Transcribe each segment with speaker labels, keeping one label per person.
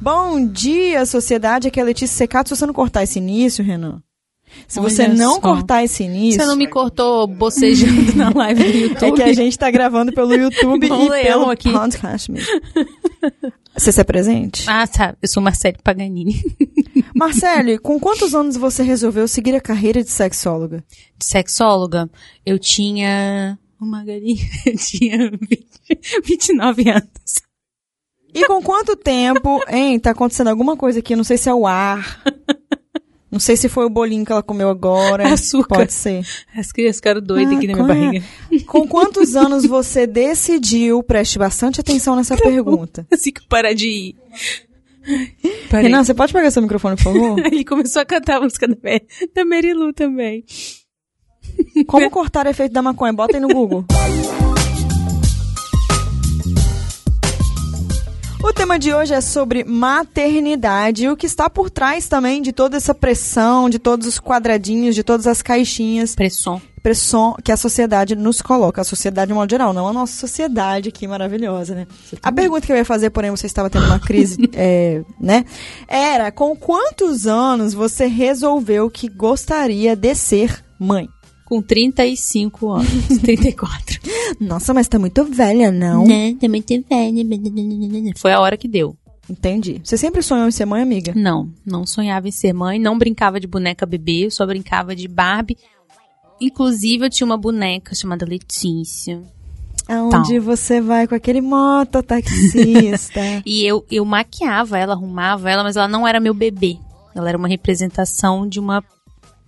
Speaker 1: Bom dia, sociedade. Aqui é a Letícia Secato. Se você não cortar esse início, Renan. Se Olha você não
Speaker 2: só.
Speaker 1: cortar esse início.
Speaker 2: Você não me cortou bocejando na live do YouTube?
Speaker 1: É que a gente tá gravando pelo YouTube
Speaker 2: Igual um
Speaker 1: e
Speaker 2: leão
Speaker 1: pelo
Speaker 2: aqui.
Speaker 1: podcast mesmo. Você se é apresente?
Speaker 2: Ah, tá. Eu sou Marcelo Paganini,
Speaker 1: Marcele, com quantos anos você resolveu seguir a carreira de sexóloga?
Speaker 2: de sexóloga. Eu tinha... Uma galinha. Eu tinha 20, 29 anos.
Speaker 1: E com quanto tempo, hein, tá acontecendo alguma coisa aqui, não sei se é o ar. Não sei se foi o bolinho que ela comeu agora.
Speaker 2: Açúcar.
Speaker 1: Pode ser.
Speaker 2: As crianças ficaram doidas aqui na minha
Speaker 1: Maconha.
Speaker 2: barriga.
Speaker 1: Com quantos anos você decidiu, preste bastante atenção nessa pergunta.
Speaker 2: Assim que eu parar de ir. Parei.
Speaker 1: Renan, você pode pegar seu microfone, por favor?
Speaker 2: Ele começou a cantar a música da, Mer- da Merilu também.
Speaker 1: Como cortar o efeito da maconha? Bota aí no Google. O tema de hoje é sobre maternidade, o que está por trás também de toda essa pressão, de todos os quadradinhos, de todas as caixinhas,
Speaker 2: Pressão.
Speaker 1: pressão que a sociedade nos coloca, a sociedade de modo geral, não a nossa sociedade aqui maravilhosa, né? A pergunta que eu ia fazer, porém, você estava tendo uma crise, é, né? Era com quantos anos você resolveu que gostaria de ser mãe?
Speaker 2: Com 35 anos. 34.
Speaker 1: Nossa, mas tá muito velha, não?
Speaker 2: Né, também tem velha. né. Foi a hora que deu.
Speaker 1: Entendi. Você sempre sonhou em ser mãe, amiga?
Speaker 2: Não, não sonhava em ser mãe, não brincava de boneca bebê, eu só brincava de Barbie. Inclusive, eu tinha uma boneca chamada Letícia.
Speaker 1: Aonde você vai com aquele mototaxista?
Speaker 2: E eu, eu maquiava ela, arrumava ela, mas ela não era meu bebê. Ela era uma representação de uma,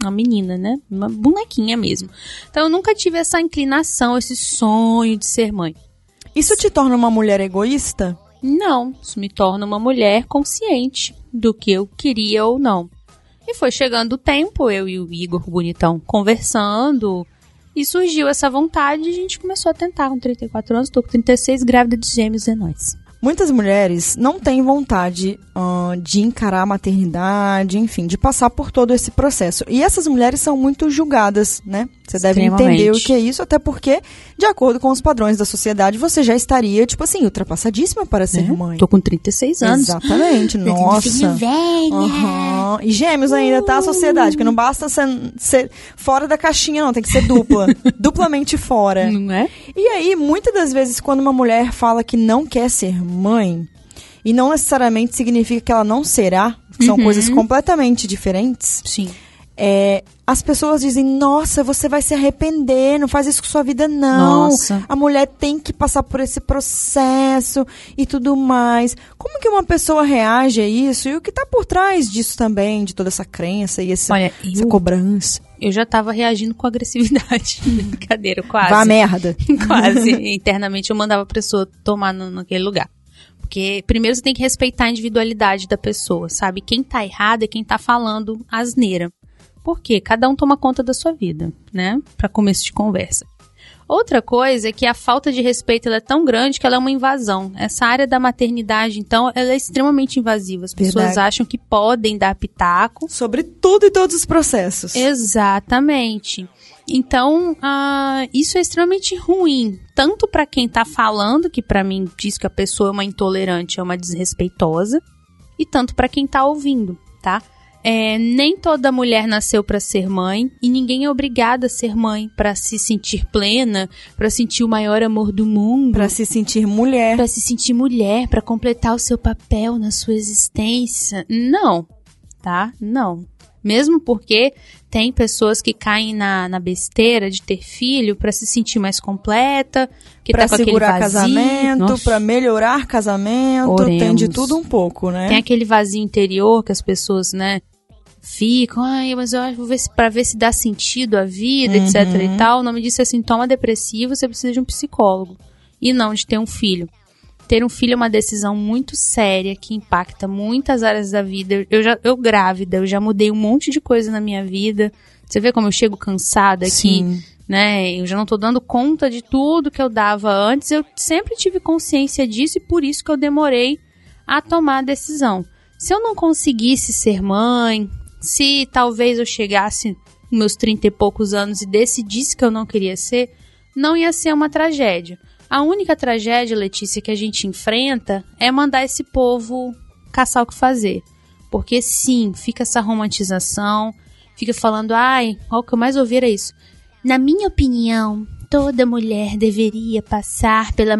Speaker 2: uma menina, né? Uma bonequinha mesmo. Então eu nunca tive essa inclinação, esse sonho de ser mãe.
Speaker 1: Isso te torna uma mulher egoísta?
Speaker 2: Não, isso me torna uma mulher consciente do que eu queria ou não. E foi chegando o tempo, eu e o Igor Bonitão conversando, e surgiu essa vontade e a gente começou a tentar com 34 anos, tô com 36, grávida de gêmeos, é nóis.
Speaker 1: Muitas mulheres não têm vontade ahn, de encarar a maternidade, enfim, de passar por todo esse processo. E essas mulheres são muito julgadas, né? Você deve entender o
Speaker 2: Extremamente.
Speaker 1: que é isso, até porque, de acordo com os padrões da sociedade, você já estaria, tipo assim, ultrapassadíssima para ser mãe.
Speaker 2: Né? Tô com 36 anos.
Speaker 1: Exatamente, nossa.
Speaker 2: né?
Speaker 1: né? Aham. E gêmeos ainda, tá? A sociedade, porque não basta ser, ser fora da caixinha, não, tem que ser dupla. duplamente fora.
Speaker 2: Não é?
Speaker 1: E aí, muitas das vezes, quando uma mulher fala que não quer ser mãe, e não necessariamente significa que ela não será, que são coisas completamente diferentes,
Speaker 2: Sim.
Speaker 1: é, as pessoas dizem, nossa, você vai se arrepender, não faz isso com sua vida, não.
Speaker 2: Nossa.
Speaker 1: A mulher tem que passar por esse processo e tudo mais. Como que uma pessoa reage a isso? E o que tá por trás disso também, de toda essa crença e essa,
Speaker 2: Olha,
Speaker 1: essa
Speaker 2: eu-
Speaker 1: cobrança?
Speaker 2: Eu já tava reagindo com agressividade. Brincadeira, quase.
Speaker 1: Vá merda.
Speaker 2: Quase. Internamente eu mandava a pessoa tomar no, naquele lugar. Porque primeiro você tem que respeitar a individualidade da pessoa, sabe? Quem tá errado é quem tá falando asneira. Por quê? Cada um toma conta da sua vida, né? Pra começo de conversa. Outra coisa é que a falta de respeito ela é tão grande que ela é uma invasão. Essa área da maternidade, então, ela é extremamente invasiva. As pessoas
Speaker 1: Verdade.
Speaker 2: acham que podem dar pitaco,
Speaker 1: Sobre tudo e todos os processos.
Speaker 2: Exatamente. Então, ah, isso é extremamente ruim, tanto pra quem tá falando, que pra mim diz que a pessoa é uma intolerante, é uma desrespeitosa, e tanto pra quem tá ouvindo, tá? É, nem toda mulher nasceu pra ser mãe e ninguém é obrigada a ser mãe pra se sentir plena, pra sentir o maior amor do mundo.
Speaker 1: Pra se sentir mulher.
Speaker 2: Pra se sentir mulher, pra completar o seu papel na sua existência. Não, tá? Não. Mesmo porque tem pessoas que caem na, na besteira de ter filho pra se sentir mais completa, que
Speaker 1: Pra
Speaker 2: tá com
Speaker 1: segurar
Speaker 2: aquele vazio.
Speaker 1: casamento,
Speaker 2: Nossa.
Speaker 1: pra melhorar casamento, tem de
Speaker 2: Oremos.
Speaker 1: tudo um pouco, né?
Speaker 2: Tem aquele vazio interior que as pessoas, né, ficam, ai, mas eu acho- vou ver se, pra ver se dá sentido à vida,
Speaker 1: Uhum.
Speaker 2: etc e tal. O nome disso é sintoma depressivo, você precisa de um psicólogo. E não de ter um filho. Ter um filho é uma decisão muito séria que impacta muitas áreas da vida. Eu já, eu grávida, eu já mudei um monte de coisa na minha vida. Você vê como eu chego cansada aqui
Speaker 1: Sim.
Speaker 2: né? Eu já não tô dando conta de tudo que eu dava antes. Eu sempre tive consciência disso e por isso que eu demorei a tomar a decisão. Se eu não conseguisse ser mãe, se talvez eu chegasse nos meus 30 e poucos anos e decidisse que eu não queria ser, não ia ser uma tragédia. A única tragédia, Letícia, que a gente enfrenta é mandar esse povo caçar o que fazer. Porque sim, fica essa romantização, fica falando, ai, ó, o que eu mais ouvi era isso. Na minha opinião, toda mulher deveria passar pela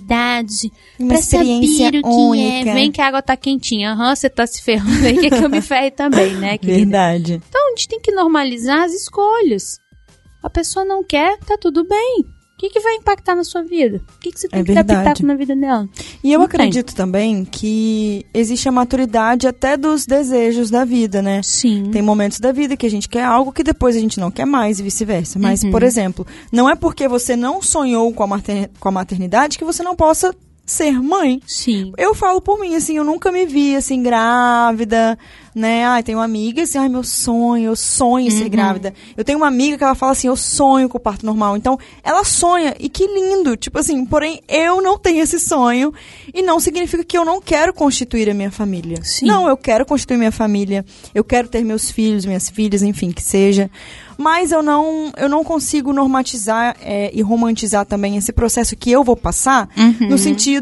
Speaker 2: maternidade
Speaker 1: Uma
Speaker 2: pra
Speaker 1: experiência
Speaker 2: saber o que
Speaker 1: única.
Speaker 2: é. Vem que a água tá quentinha. Aham, você tá se ferrando aí, quer que eu me ferre também, né, querida?
Speaker 1: Verdade.
Speaker 2: Então a gente tem que normalizar as escolhas. A pessoa não quer, tá tudo bem. O que, que vai impactar na sua vida? O que, que você tem
Speaker 1: É
Speaker 2: que dar
Speaker 1: verdade.
Speaker 2: pitaco na vida dela?
Speaker 1: E eu
Speaker 2: Não tem.
Speaker 1: acredito também que existe a maturidade até dos desejos da vida, né?
Speaker 2: Sim.
Speaker 1: Tem momentos da vida que a gente quer algo que depois a gente não quer mais e vice-versa. Mas,
Speaker 2: Uhum.
Speaker 1: por exemplo, não é porque você não sonhou com a, mater- com a maternidade que você não possa ser mãe.
Speaker 2: Sim.
Speaker 1: Eu falo por mim, assim, eu nunca me vi, assim, grávida, né? Ai, tenho amiga, assim, ai, meu sonho, eu sonho em ser grávida. Eu tenho uma amiga que ela fala assim, eu sonho com o parto normal. Então, ela sonha, e que lindo, tipo assim, porém, eu não tenho esse sonho, e não significa que eu não quero constituir a minha família.
Speaker 2: Sim.
Speaker 1: Não, eu quero constituir minha família, eu quero ter meus filhos, minhas filhas, enfim, que seja. Mas eu não, eu não consigo normatizar é, e romantizar também esse processo que eu vou passar, no sentido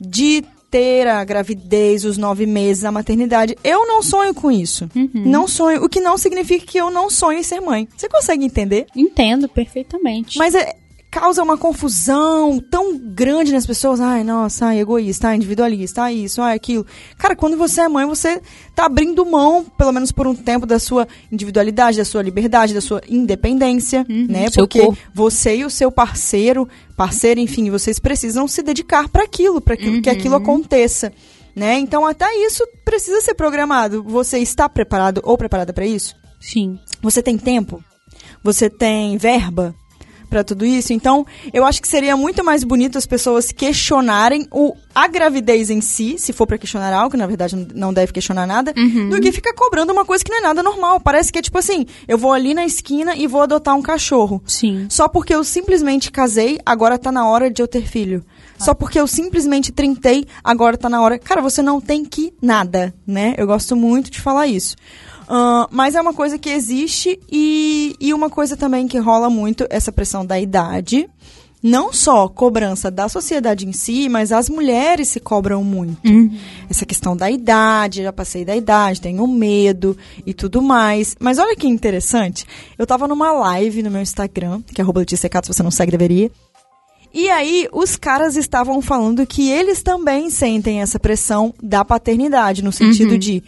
Speaker 1: de ter a gravidez, os nove meses, a maternidade. Eu não sonho com isso. Não sonho, o que não significa que eu não sonho em ser mãe. Você consegue entender?
Speaker 2: Entendo perfeitamente.
Speaker 1: Mas é, causa uma confusão tão grande nas pessoas. Ai, nossa, ai, egoísta, ai, individualista, ai, isso, ai, aquilo. Cara, quando você é mãe, você tá abrindo mão, pelo menos por um tempo, da sua individualidade, da sua liberdade, da sua independência, né?
Speaker 2: Uhum. seu
Speaker 1: Porque
Speaker 2: corpo.
Speaker 1: você e o seu parceiro, parceira, enfim, vocês precisam se dedicar para aquilo, para que aquilo
Speaker 2: Uhum.
Speaker 1: aconteça. Né? Então, até isso precisa ser programado. Você está preparado ou preparada para isso?
Speaker 2: Sim.
Speaker 1: Você tem tempo? Você tem verba pra tudo isso? Então, eu acho que seria muito mais bonito as pessoas questionarem o, a gravidez em si, se for pra questionar algo, na verdade n- não deve questionar nada, do que ficar cobrando uma coisa que não é nada normal. Parece que é tipo assim, eu vou ali na esquina e vou adotar um cachorro.
Speaker 2: Sim.
Speaker 1: Só porque eu simplesmente casei, agora tá na hora de eu ter filho. Só porque eu simplesmente trintei, agora tá na hora. Cara, você não tem que nada, né? Eu gosto muito de falar isso. Ahn, mas é uma coisa que existe e, e uma coisa também que rola muito, essa pressão da idade. Não só cobrança da sociedade em si, mas as mulheres se cobram muito essa questão da idade, já passei da idade, tenho medo e tudo mais. Mas olha que interessante, eu tava numa live no meu Instagram, que é arroba Letícia Cato, se você não segue, deveria. E aí, os caras estavam falando que eles também sentem essa pressão da paternidade, no
Speaker 2: Uhum.
Speaker 1: sentido de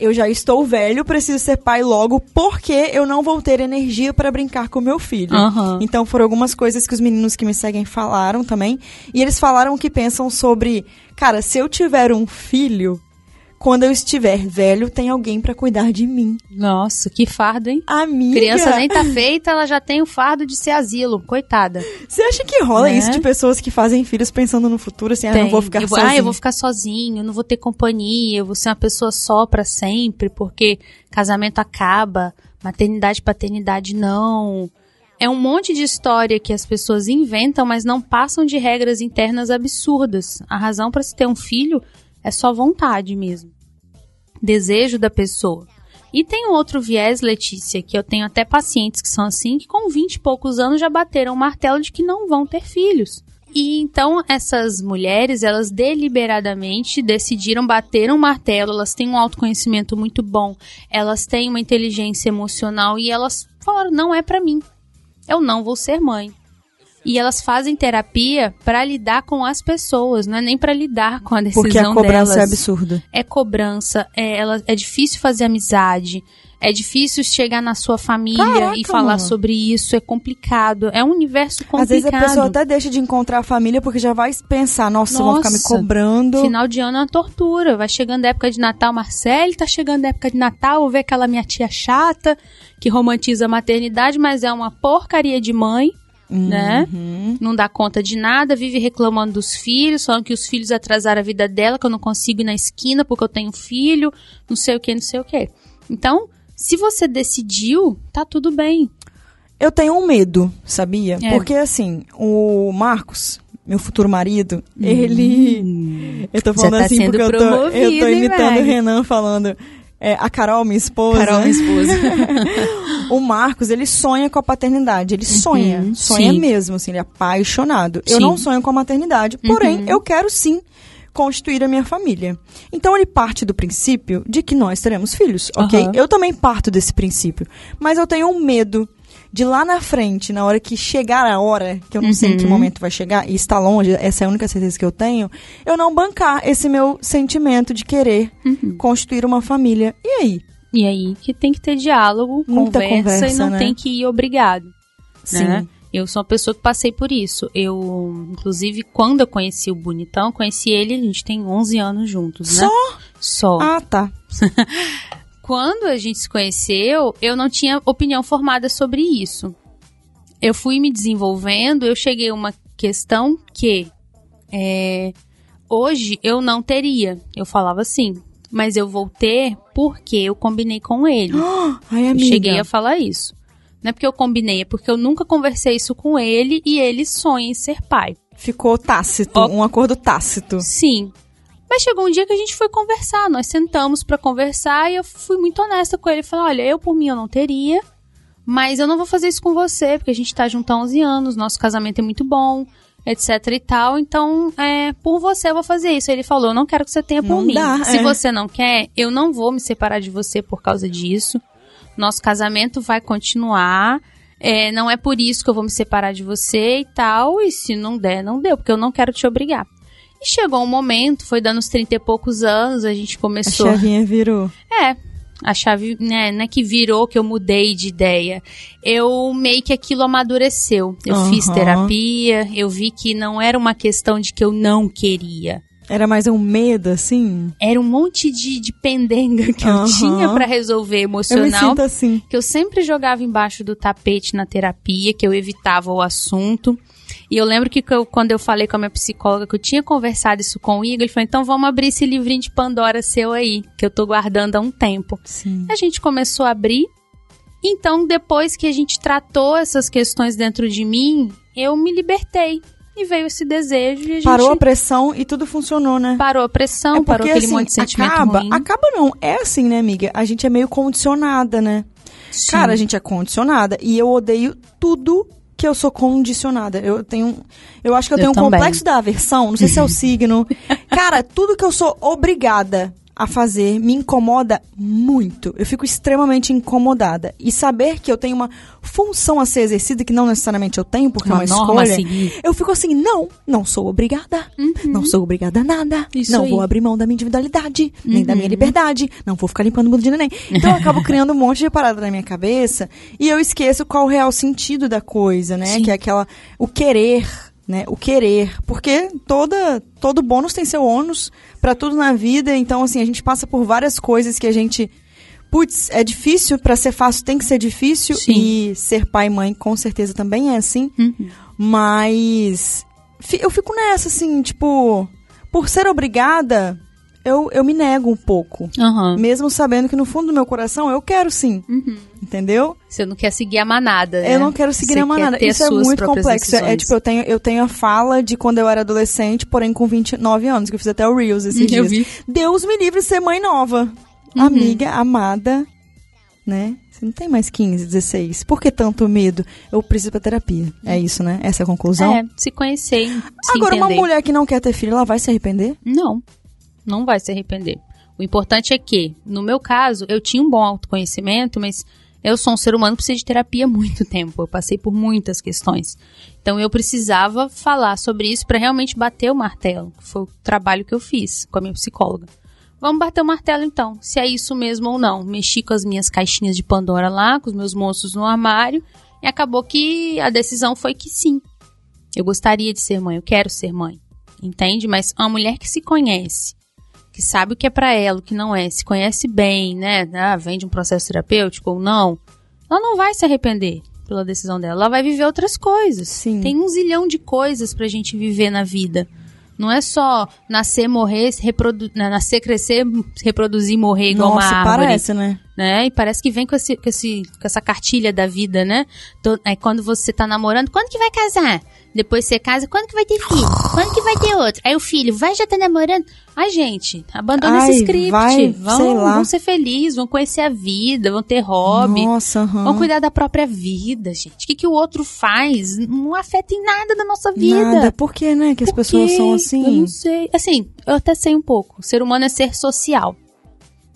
Speaker 1: eu já estou velho, preciso ser pai logo, porque eu não vou ter energia para brincar com meu filho.
Speaker 2: Aham.
Speaker 1: Então foram algumas coisas que os meninos que me seguem falaram também. E eles falaram que pensam sobre, cara, se eu tiver um filho, quando eu estiver velho, tem alguém pra cuidar de mim.
Speaker 2: Nossa, que fardo, hein?
Speaker 1: Amiga,
Speaker 2: Criança nem tá feita, ela já tem o fardo de ser asilo. Coitada.
Speaker 1: você acha que rola
Speaker 2: Né?
Speaker 1: isso de pessoas que fazem filhos pensando no futuro, assim, ah,
Speaker 2: Tem.
Speaker 1: não vou ficar
Speaker 2: eu
Speaker 1: sozinha.
Speaker 2: Ah, eu vou ficar sozinho, eu não vou ter companhia, eu vou ser uma pessoa só pra sempre, porque casamento acaba, maternidade, paternidade não. É um monte de história que as pessoas inventam, mas não passam de regras internas absurdas. A razão pra se ter um filho é só vontade mesmo. Desejo da pessoa. E tem um outro viés, Letícia, que eu tenho até pacientes que são assim, que com 20 e poucos anos já bateram o martelo de que não vão ter filhos. E então essas mulheres, elas deliberadamente decidiram bater um martelo, elas têm um autoconhecimento muito bom, elas têm uma inteligência emocional e elas falaram: "Não é pra mim. Eu não vou ser mãe". E elas fazem terapia pra lidar com as pessoas, não é nem pra lidar com a decisão
Speaker 1: Porque a cobrança é
Speaker 2: delas
Speaker 1: absurda.
Speaker 2: é cobrança, é, ela, é difícil fazer amizade, é difícil chegar na sua família
Speaker 1: Caraca,
Speaker 2: e falar
Speaker 1: mano.
Speaker 2: sobre isso, é complicado, é um universo complicado.
Speaker 1: Às vezes a pessoa tá até deixa de encontrar a família porque já vai pensar, nossa, vão ficar me
Speaker 2: Nossa.
Speaker 1: cobrando.
Speaker 2: Final de ano é uma tortura. Vai chegando a época de Natal, Marcele tá chegando a época de Natal, vou ver aquela minha tia chata que romantiza a maternidade, mas é uma porcaria de mãe,
Speaker 1: Hum.
Speaker 2: né?
Speaker 1: Uhum.
Speaker 2: Não dá conta de nada, vive reclamando dos filhos, falando que os filhos atrasaram a vida dela, que eu não consigo ir na esquina porque eu tenho filho, não sei o que, não sei o que. Então, se você decidiu, tá tudo bem.
Speaker 1: Eu tenho um medo, sabia?
Speaker 2: É.
Speaker 1: Porque assim, o Marcos, meu futuro marido, ele. Eu tô falando
Speaker 2: Hum. Já tá
Speaker 1: assim
Speaker 2: sendo
Speaker 1: porque eu tô, eu
Speaker 2: promovido,
Speaker 1: tô
Speaker 2: hein,
Speaker 1: imitando o
Speaker 2: Mari?
Speaker 1: Renan falando. é, a Carol, minha esposa.
Speaker 2: esposa.
Speaker 1: o Marcos, ele sonha com a paternidade. Ele sonha.
Speaker 2: Uhum,
Speaker 1: sonha
Speaker 2: sim.
Speaker 1: mesmo, assim, ele é apaixonado. Eu
Speaker 2: Sim. Uhum.
Speaker 1: não sonho com a maternidade, porém, eu quero sim constituir a minha família. Então ele parte do princípio de que nós teremos filhos, ok?
Speaker 2: Aham.
Speaker 1: Eu também parto desse princípio, mas eu tenho um medo de lá na frente, na hora que chegar a hora, que eu não sei em que
Speaker 2: Uhum.
Speaker 1: momento vai chegar e está longe, essa é a única certeza que eu tenho, eu não bancar esse meu sentimento de querer
Speaker 2: Uhum.
Speaker 1: constituir uma família. E aí?
Speaker 2: E aí que tem que ter diálogo,
Speaker 1: Muita
Speaker 2: conversa, e
Speaker 1: conversa,
Speaker 2: não
Speaker 1: né?
Speaker 2: tem que ir obrigado.
Speaker 1: Sim.
Speaker 2: né? Eu sou uma pessoa que passei por isso. Eu, inclusive, quando eu conheci o Bonitão, eu conheci ele, a gente tem 11 anos juntos, né?
Speaker 1: Só?
Speaker 2: Só.
Speaker 1: Ah, tá.
Speaker 2: Quando a gente se conheceu, eu não tinha opinião formada sobre isso. Eu fui me desenvolvendo, eu cheguei a uma questão que é, hoje eu não teria. Eu falava assim, mas eu vou ter porque eu combinei com ele.
Speaker 1: Ai,
Speaker 2: Eu
Speaker 1: Ah, amiga.
Speaker 2: cheguei a falar isso. Não é porque eu combinei, é porque eu nunca conversei isso com ele e ele sonha em ser pai.
Speaker 1: Ficou tácito,
Speaker 2: Ó.
Speaker 1: um acordo tácito.
Speaker 2: Sim. Mas chegou um dia que a gente foi conversar, nós sentamos pra conversar e eu fui muito honesta com ele. Falei, olha, eu por mim eu não teria, mas eu não vou fazer isso com você, porque a gente tá junto há 11 anos, nosso casamento é muito bom, etc e tal. Então, é, por você eu vou fazer isso. Aí ele falou, eu não quero que você tenha por
Speaker 1: Não
Speaker 2: mim.
Speaker 1: dá,
Speaker 2: Se
Speaker 1: é.
Speaker 2: você não quer, eu não vou me separar de você por causa disso. Nosso casamento vai continuar. É, não é por isso que eu vou me separar de você e tal. E se não der, não deu, porque eu não quero te obrigar. E chegou um momento, foi dando uns 30 e poucos anos, a gente
Speaker 1: A
Speaker 2: começou.
Speaker 1: chavinha virou.
Speaker 2: É, a chave, né, não é que virou que eu mudei de ideia. Eu meio que aquilo amadureceu. Eu
Speaker 1: Aham.
Speaker 2: fiz terapia, eu vi que não era uma questão de que eu não queria.
Speaker 1: Era mais um medo, assim?
Speaker 2: Era um monte de, de pendenga que eu
Speaker 1: Aham.
Speaker 2: tinha pra resolver
Speaker 1: Eu me
Speaker 2: emocional
Speaker 1: sinto assim.
Speaker 2: que eu sempre jogava embaixo do tapete na terapia, que eu evitava o assunto. E eu lembro que eu- quando eu falei com a minha psicóloga que eu tinha conversado isso com o Igor, ele falou: então vamos abrir esse livrinho de Pandora seu aí, que eu tô guardando há um tempo.
Speaker 1: Sim.
Speaker 2: A gente começou a abrir. Então, depois que a gente tratou essas questões dentro de mim, eu me libertei. E veio esse desejo e a gente
Speaker 1: Parou a pressão e tudo funcionou, né?
Speaker 2: parou a pressão,
Speaker 1: É
Speaker 2: parou aquele
Speaker 1: assim,
Speaker 2: monte de sentimento
Speaker 1: acaba,
Speaker 2: ruim.
Speaker 1: acaba não. É assim, né, amiga? A gente é meio condicionada, né?
Speaker 2: Sim.
Speaker 1: Cara, a gente é condicionada e eu odeio tudo que eu sou condicionada. Eu tenho, eu acho que eu,
Speaker 2: Eu
Speaker 1: tenho um
Speaker 2: também.
Speaker 1: complexo da aversão, não sei se é o signo. Cara, tudo que eu sou obrigada a fazer me incomoda muito. Eu fico extremamente incomodada e saber que eu tenho uma função a ser exercida que não necessariamente eu tenho porque
Speaker 2: Uma
Speaker 1: é uma
Speaker 2: norma a
Speaker 1: escolha.
Speaker 2: seguir. Uhum.
Speaker 1: Eu fico assim, não, não sou obrigada. Não sou obrigada a nada.
Speaker 2: Isso
Speaker 1: não
Speaker 2: aí.
Speaker 1: vou abrir mão da minha individualidade, nem da minha
Speaker 2: Uhum.
Speaker 1: liberdade. Não vou ficar limpando o mundo de neném. Então eu acabo criando um monte de parada na minha cabeça e eu esqueço qual o real sentido da coisa, né?
Speaker 2: Sim.
Speaker 1: Que é aquela. O querer, né? O querer. Porque toda, todo bônus tem seu ônus pra tudo na vida. Então, assim, a gente passa por várias coisas que a gente. Putz, é difícil, pra ser fácil tem que ser difícil.
Speaker 2: Sim.
Speaker 1: E ser pai e mãe com certeza também é assim.
Speaker 2: Uhum.
Speaker 1: Mas fi- eu fico nessa, assim, tipo, por ser obrigada, eu, eu me nego um pouco.
Speaker 2: Aham.
Speaker 1: Mesmo sabendo que no fundo do meu coração eu quero sim. Entendeu?
Speaker 2: Você não quer seguir a manada, né?
Speaker 1: Eu não quero seguir
Speaker 2: Você
Speaker 1: a
Speaker 2: quer
Speaker 1: manada.
Speaker 2: ter
Speaker 1: Isso
Speaker 2: as
Speaker 1: é
Speaker 2: suas
Speaker 1: muito
Speaker 2: próprias
Speaker 1: complexo. É,
Speaker 2: decisões.
Speaker 1: tipo, eu tenho, eu tenho a fala de quando eu era adolescente, porém com 29 anos, que eu fiz até o Reels esses
Speaker 2: Eu
Speaker 1: dias.
Speaker 2: vi. Uhum.
Speaker 1: Deus me livre de ser mãe nova. Amiga, amada, né? Você não tem mais 15, 16. Por que tanto medo? Eu preciso ir pra terapia. É isso, né? Essa é a conclusão.
Speaker 2: É, se conhecer, se
Speaker 1: Agora,
Speaker 2: entender.
Speaker 1: uma mulher que não quer ter filho, ela vai se arrepender?
Speaker 2: Não, não vai se arrepender. O importante é que, no meu caso, eu tinha um bom autoconhecimento, mas eu sou um ser humano que precisa de terapia há muito tempo. Eu passei por muitas questões. Então, eu precisava falar sobre isso pra realmente bater o martelo. que Foi o trabalho que eu fiz com a minha psicóloga. Vamos bater o martelo então, se é isso mesmo ou não. Mexi com as minhas caixinhas de Pandora lá, com os meus monstros no armário, e acabou que a decisão foi que sim. Eu gostaria de ser mãe, eu quero ser mãe. Entende? Mas uma mulher que se conhece, que sabe o que é pra ela, o que não é, se conhece bem, né? Ah, vem de um processo terapêutico ou não, ela não vai se arrepender pela decisão dela. Ela vai viver outras coisas.
Speaker 1: Sim.
Speaker 2: Tem um zilhão de coisas pra gente viver na vida. Não é só nascer, morrer, se reprodu... né, nascer, crescer, se reproduzir, morrer igual uma
Speaker 1: Nossa,
Speaker 2: árvore.
Speaker 1: parece, né?
Speaker 2: Né? E parece que vem com, esse, com, esse, com essa cartilha da vida, né? To- é, quando você tá namorando, quando que vai casar? Depois você casa, quando que vai ter filho? Quando que vai ter outro? Aí o filho, vai já tá namorando? Ai, gente, abandona
Speaker 1: Ai,
Speaker 2: esse script.
Speaker 1: vai,
Speaker 2: vão,
Speaker 1: sei lá.
Speaker 2: vão ser felizes, vão conhecer a vida, vão ter hobby.
Speaker 1: Nossa, aham.
Speaker 2: Vão cuidar da própria vida, gente. O que, que o outro faz não afeta em nada da nossa vida.
Speaker 1: Nada. Por que, né? Que as
Speaker 2: Por
Speaker 1: pessoas
Speaker 2: quê?
Speaker 1: são
Speaker 2: Eu
Speaker 1: assim.
Speaker 2: não sei. Assim, eu até sei um pouco. O ser humano é ser social.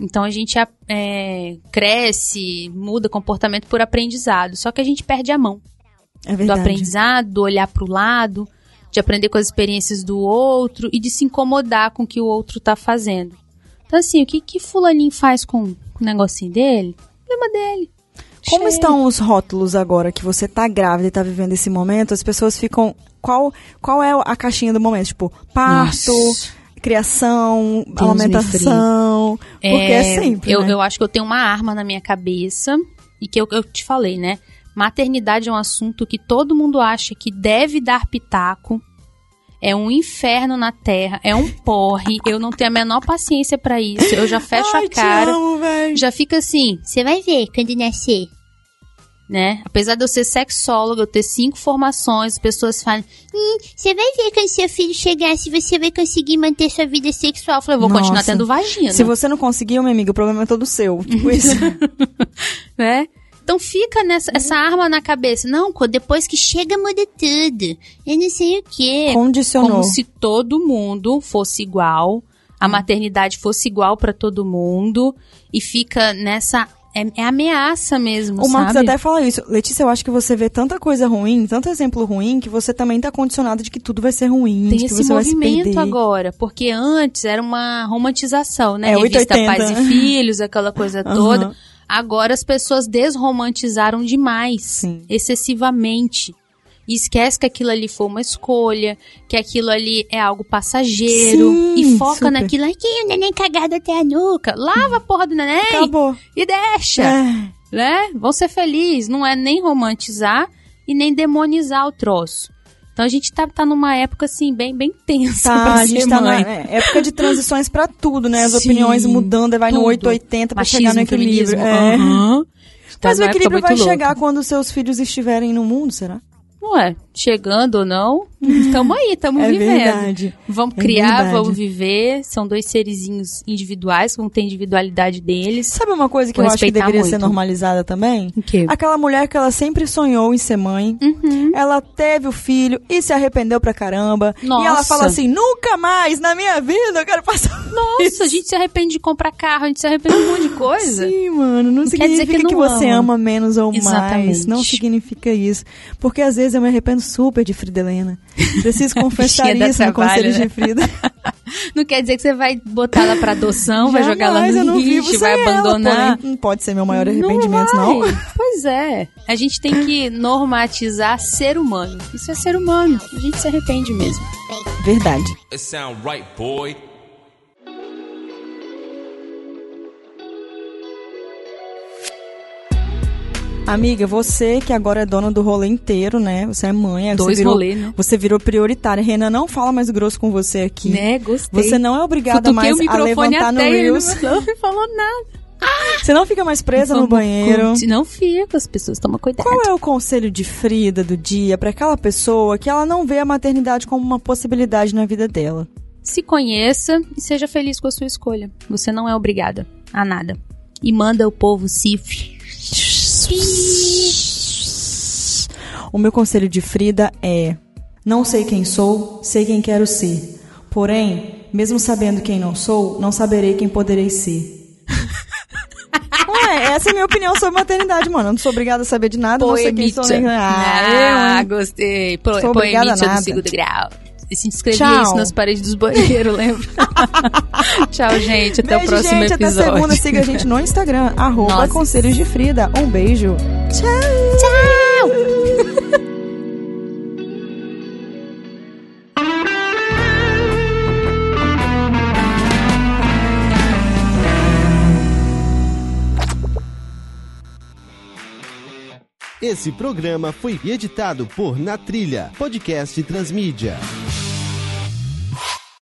Speaker 2: Então a gente a- é, cresce, muda comportamento por aprendizado. Só que a gente perde a mão
Speaker 1: É
Speaker 2: do
Speaker 1: verdade.
Speaker 2: aprendizado, do olhar pro lado, de aprender com as experiências do outro e de se incomodar com o que o outro tá fazendo. Então, assim, o que, que fulaninho faz com o negocinho dele? Problema dele.
Speaker 1: Como
Speaker 2: Chega.
Speaker 1: estão os rótulos agora que você tá grávida e tá vivendo esse momento? As pessoas ficam. Qual, qual é a caixinha do momento? Tipo, parto,
Speaker 2: Nossa.
Speaker 1: criação,
Speaker 2: me
Speaker 1: amamentação. Porque é, sempre.
Speaker 2: Eu,
Speaker 1: né?
Speaker 2: eu acho que eu tenho uma arma na minha cabeça e que eu, eu te falei, né? Maternidade é um assunto que todo mundo acha que deve dar pitaco. É um inferno na terra, é um porre. Eu não tenho a menor paciência pra isso. Eu já fecho
Speaker 1: Ai,
Speaker 2: a cara.
Speaker 1: Te amo, véi.
Speaker 2: Já fica assim,
Speaker 3: Você vai ver quando nascer.
Speaker 2: né? Apesar de eu ser sexóloga, eu ter cinco formações, pessoas falam,
Speaker 3: Hum, Você vai ver quando seu filho chegar se você vai conseguir manter sua vida sexual. Eu
Speaker 2: eu
Speaker 3: falei,
Speaker 2: vou continuar
Speaker 1: Nossa.
Speaker 2: tendo vagina.
Speaker 1: Se você não conseguir, meu amigo, o problema é todo seu. Tipo isso.
Speaker 2: né? Então fica nessa, essa arma na cabeça. Não, co- depois que chega, muda tudo.
Speaker 3: eu não sei o quê.
Speaker 1: Condicionou.
Speaker 2: É, como se todo mundo fosse igual, a maternidade fosse igual pra todo mundo e fica nessa é, é ameaça mesmo,
Speaker 1: O Marcos
Speaker 2: sabe?
Speaker 1: até fala isso. Letícia, eu acho que você vê tanta coisa ruim, tanto exemplo ruim, que você também tá condicionada de que tudo vai ser ruim.
Speaker 2: Tem
Speaker 1: de que
Speaker 2: esse
Speaker 1: você vai se
Speaker 2: movimento
Speaker 1: perder.
Speaker 2: agora, porque antes era uma romantização, né?
Speaker 1: É,
Speaker 2: Revista
Speaker 1: 880.
Speaker 2: Pais e Filhos, aquela coisa
Speaker 1: Aham.
Speaker 2: toda. Agora as pessoas desromantizaram demais,
Speaker 1: Sim.
Speaker 2: excessivamente. E esquece que aquilo ali foi uma escolha, que aquilo ali é algo passageiro.
Speaker 1: Sim,
Speaker 2: e foca
Speaker 1: super.
Speaker 2: naquilo. Ai, que o neném cagado até a nuca. Lava a porra do neném
Speaker 1: Acabou.
Speaker 2: e deixa,
Speaker 1: É.
Speaker 2: né? Vão ser felizes. Não é nem romantizar e nem demonizar o troço. Então a gente tá, tá numa época, assim, bem, bem tensa
Speaker 1: Tá,
Speaker 2: pra
Speaker 1: a gente
Speaker 2: ser
Speaker 1: tá na
Speaker 2: mãe.
Speaker 1: é, época de transições pra tudo, né? As
Speaker 2: Sim,
Speaker 1: opiniões mudando, aí vai no
Speaker 2: tudo.
Speaker 1: 880 pra chegar
Speaker 2: Machismo,
Speaker 1: no equilíbrio.
Speaker 2: feminismo.
Speaker 1: É.
Speaker 2: aham. Tá
Speaker 1: Mas o
Speaker 2: numa época
Speaker 1: equilíbrio
Speaker 2: muito
Speaker 1: vai
Speaker 2: louca.
Speaker 1: chegar quando seus filhos estiverem no mundo, será?
Speaker 2: Ué, chegando ou não, tamo aí, tamo
Speaker 1: é
Speaker 2: vivendo.
Speaker 1: verdade.
Speaker 2: Vamos
Speaker 1: É
Speaker 2: criar,
Speaker 1: verdade.
Speaker 2: vamos viver. São dois serizinhos individuais, vão ter a individualidade deles.
Speaker 1: Sabe uma coisa que
Speaker 2: Vou
Speaker 1: eu acho que
Speaker 2: respeitar
Speaker 1: deveria ser
Speaker 2: muito.
Speaker 1: normalizada também?
Speaker 2: O quê?
Speaker 1: Aquela mulher que ela sempre sonhou em ser mãe.
Speaker 2: Uhum.
Speaker 1: Ela teve o filho e se arrependeu pra caramba. E ela
Speaker 2: Nossa.
Speaker 1: fala assim: nunca mais na minha vida eu quero passar.
Speaker 2: Nossa, a gente se arrepende de comprar carro, a gente se arrepende de um monte de coisa.
Speaker 1: Sim, mano. Não,
Speaker 2: quer dizer
Speaker 1: significa que,
Speaker 2: que não
Speaker 1: você
Speaker 2: ama.
Speaker 1: ama menos ou mais.
Speaker 2: Exatamente.
Speaker 1: Não significa isso. Porque às vezes eu me arrependo super de Frida Helena. Preciso confessar
Speaker 2: Bichinha dá
Speaker 1: isso no
Speaker 2: trabalho,
Speaker 1: Conselho
Speaker 2: né?
Speaker 1: de Frida.
Speaker 2: Não quer dizer que você vai botar ela pra adoção, vai jogar ela
Speaker 1: Jamais, eu
Speaker 2: no
Speaker 1: não vivo
Speaker 2: lixo,
Speaker 1: sem
Speaker 2: vai
Speaker 1: ela,
Speaker 2: abandonar.
Speaker 1: porém, Não pode ser meu maior arrependimento, não.
Speaker 2: vai. Pois é. A gente tem que normatizar ser humano. Isso é ser humano. A gente se arrepende mesmo.
Speaker 1: Verdade.
Speaker 4: It sound right, boy.
Speaker 1: Amiga, você que agora é dona do rolê inteiro, né? Você é mãe, aí você
Speaker 2: Dois
Speaker 1: virou,
Speaker 2: rolê, né?
Speaker 1: você virou prioritária. Renan, não fala mais grosso com você aqui.
Speaker 2: Né? Gostei.
Speaker 1: Você não é obrigada
Speaker 2: Futuquei
Speaker 1: mais
Speaker 2: o
Speaker 1: a
Speaker 2: microfone
Speaker 1: levantar no
Speaker 2: até ele né?
Speaker 1: Reels.
Speaker 2: não me falou nada.
Speaker 1: Você não fica mais presa no
Speaker 2: Vamos
Speaker 1: banheiro.
Speaker 2: curtir. Não fica, as pessoas tomam cuidado.
Speaker 1: Qual é o conselho de Frida do dia pra aquela pessoa que ela não vê a maternidade como uma possibilidade na vida dela?
Speaker 2: Se conheça e seja feliz com a sua escolha. Você não é obrigada a nada. E manda o povo se.
Speaker 1: O meu conselho de Frida é: não sei quem sou, sei quem quero ser. Porém, mesmo sabendo quem não sou, não saberei quem poderei ser. Ué, essa é a minha opinião sobre maternidade, mano. Eu não sou obrigada a saber de nada, não sei quem sou.
Speaker 2: Poemita.
Speaker 1: nem-
Speaker 2: Ah,
Speaker 1: Ah, eu, hein?
Speaker 2: gostei. Po
Speaker 1: Sou obrigada a
Speaker 2: Poemita do
Speaker 1: nada.
Speaker 2: segundo grau. E se inscrevia
Speaker 1: Tchau.
Speaker 2: isso nas paredes dos banheiros, lembra? Tchau, gente. Até o
Speaker 1: Beijo,
Speaker 2: próximo
Speaker 1: gente.
Speaker 2: episódio.
Speaker 1: Até segunda. Siga a gente no Instagram, arroba
Speaker 2: Nossa.
Speaker 1: Conselhos de Frida. Um beijo.
Speaker 5: Esse programa foi editado por Na Trilha, podcast Transmídia.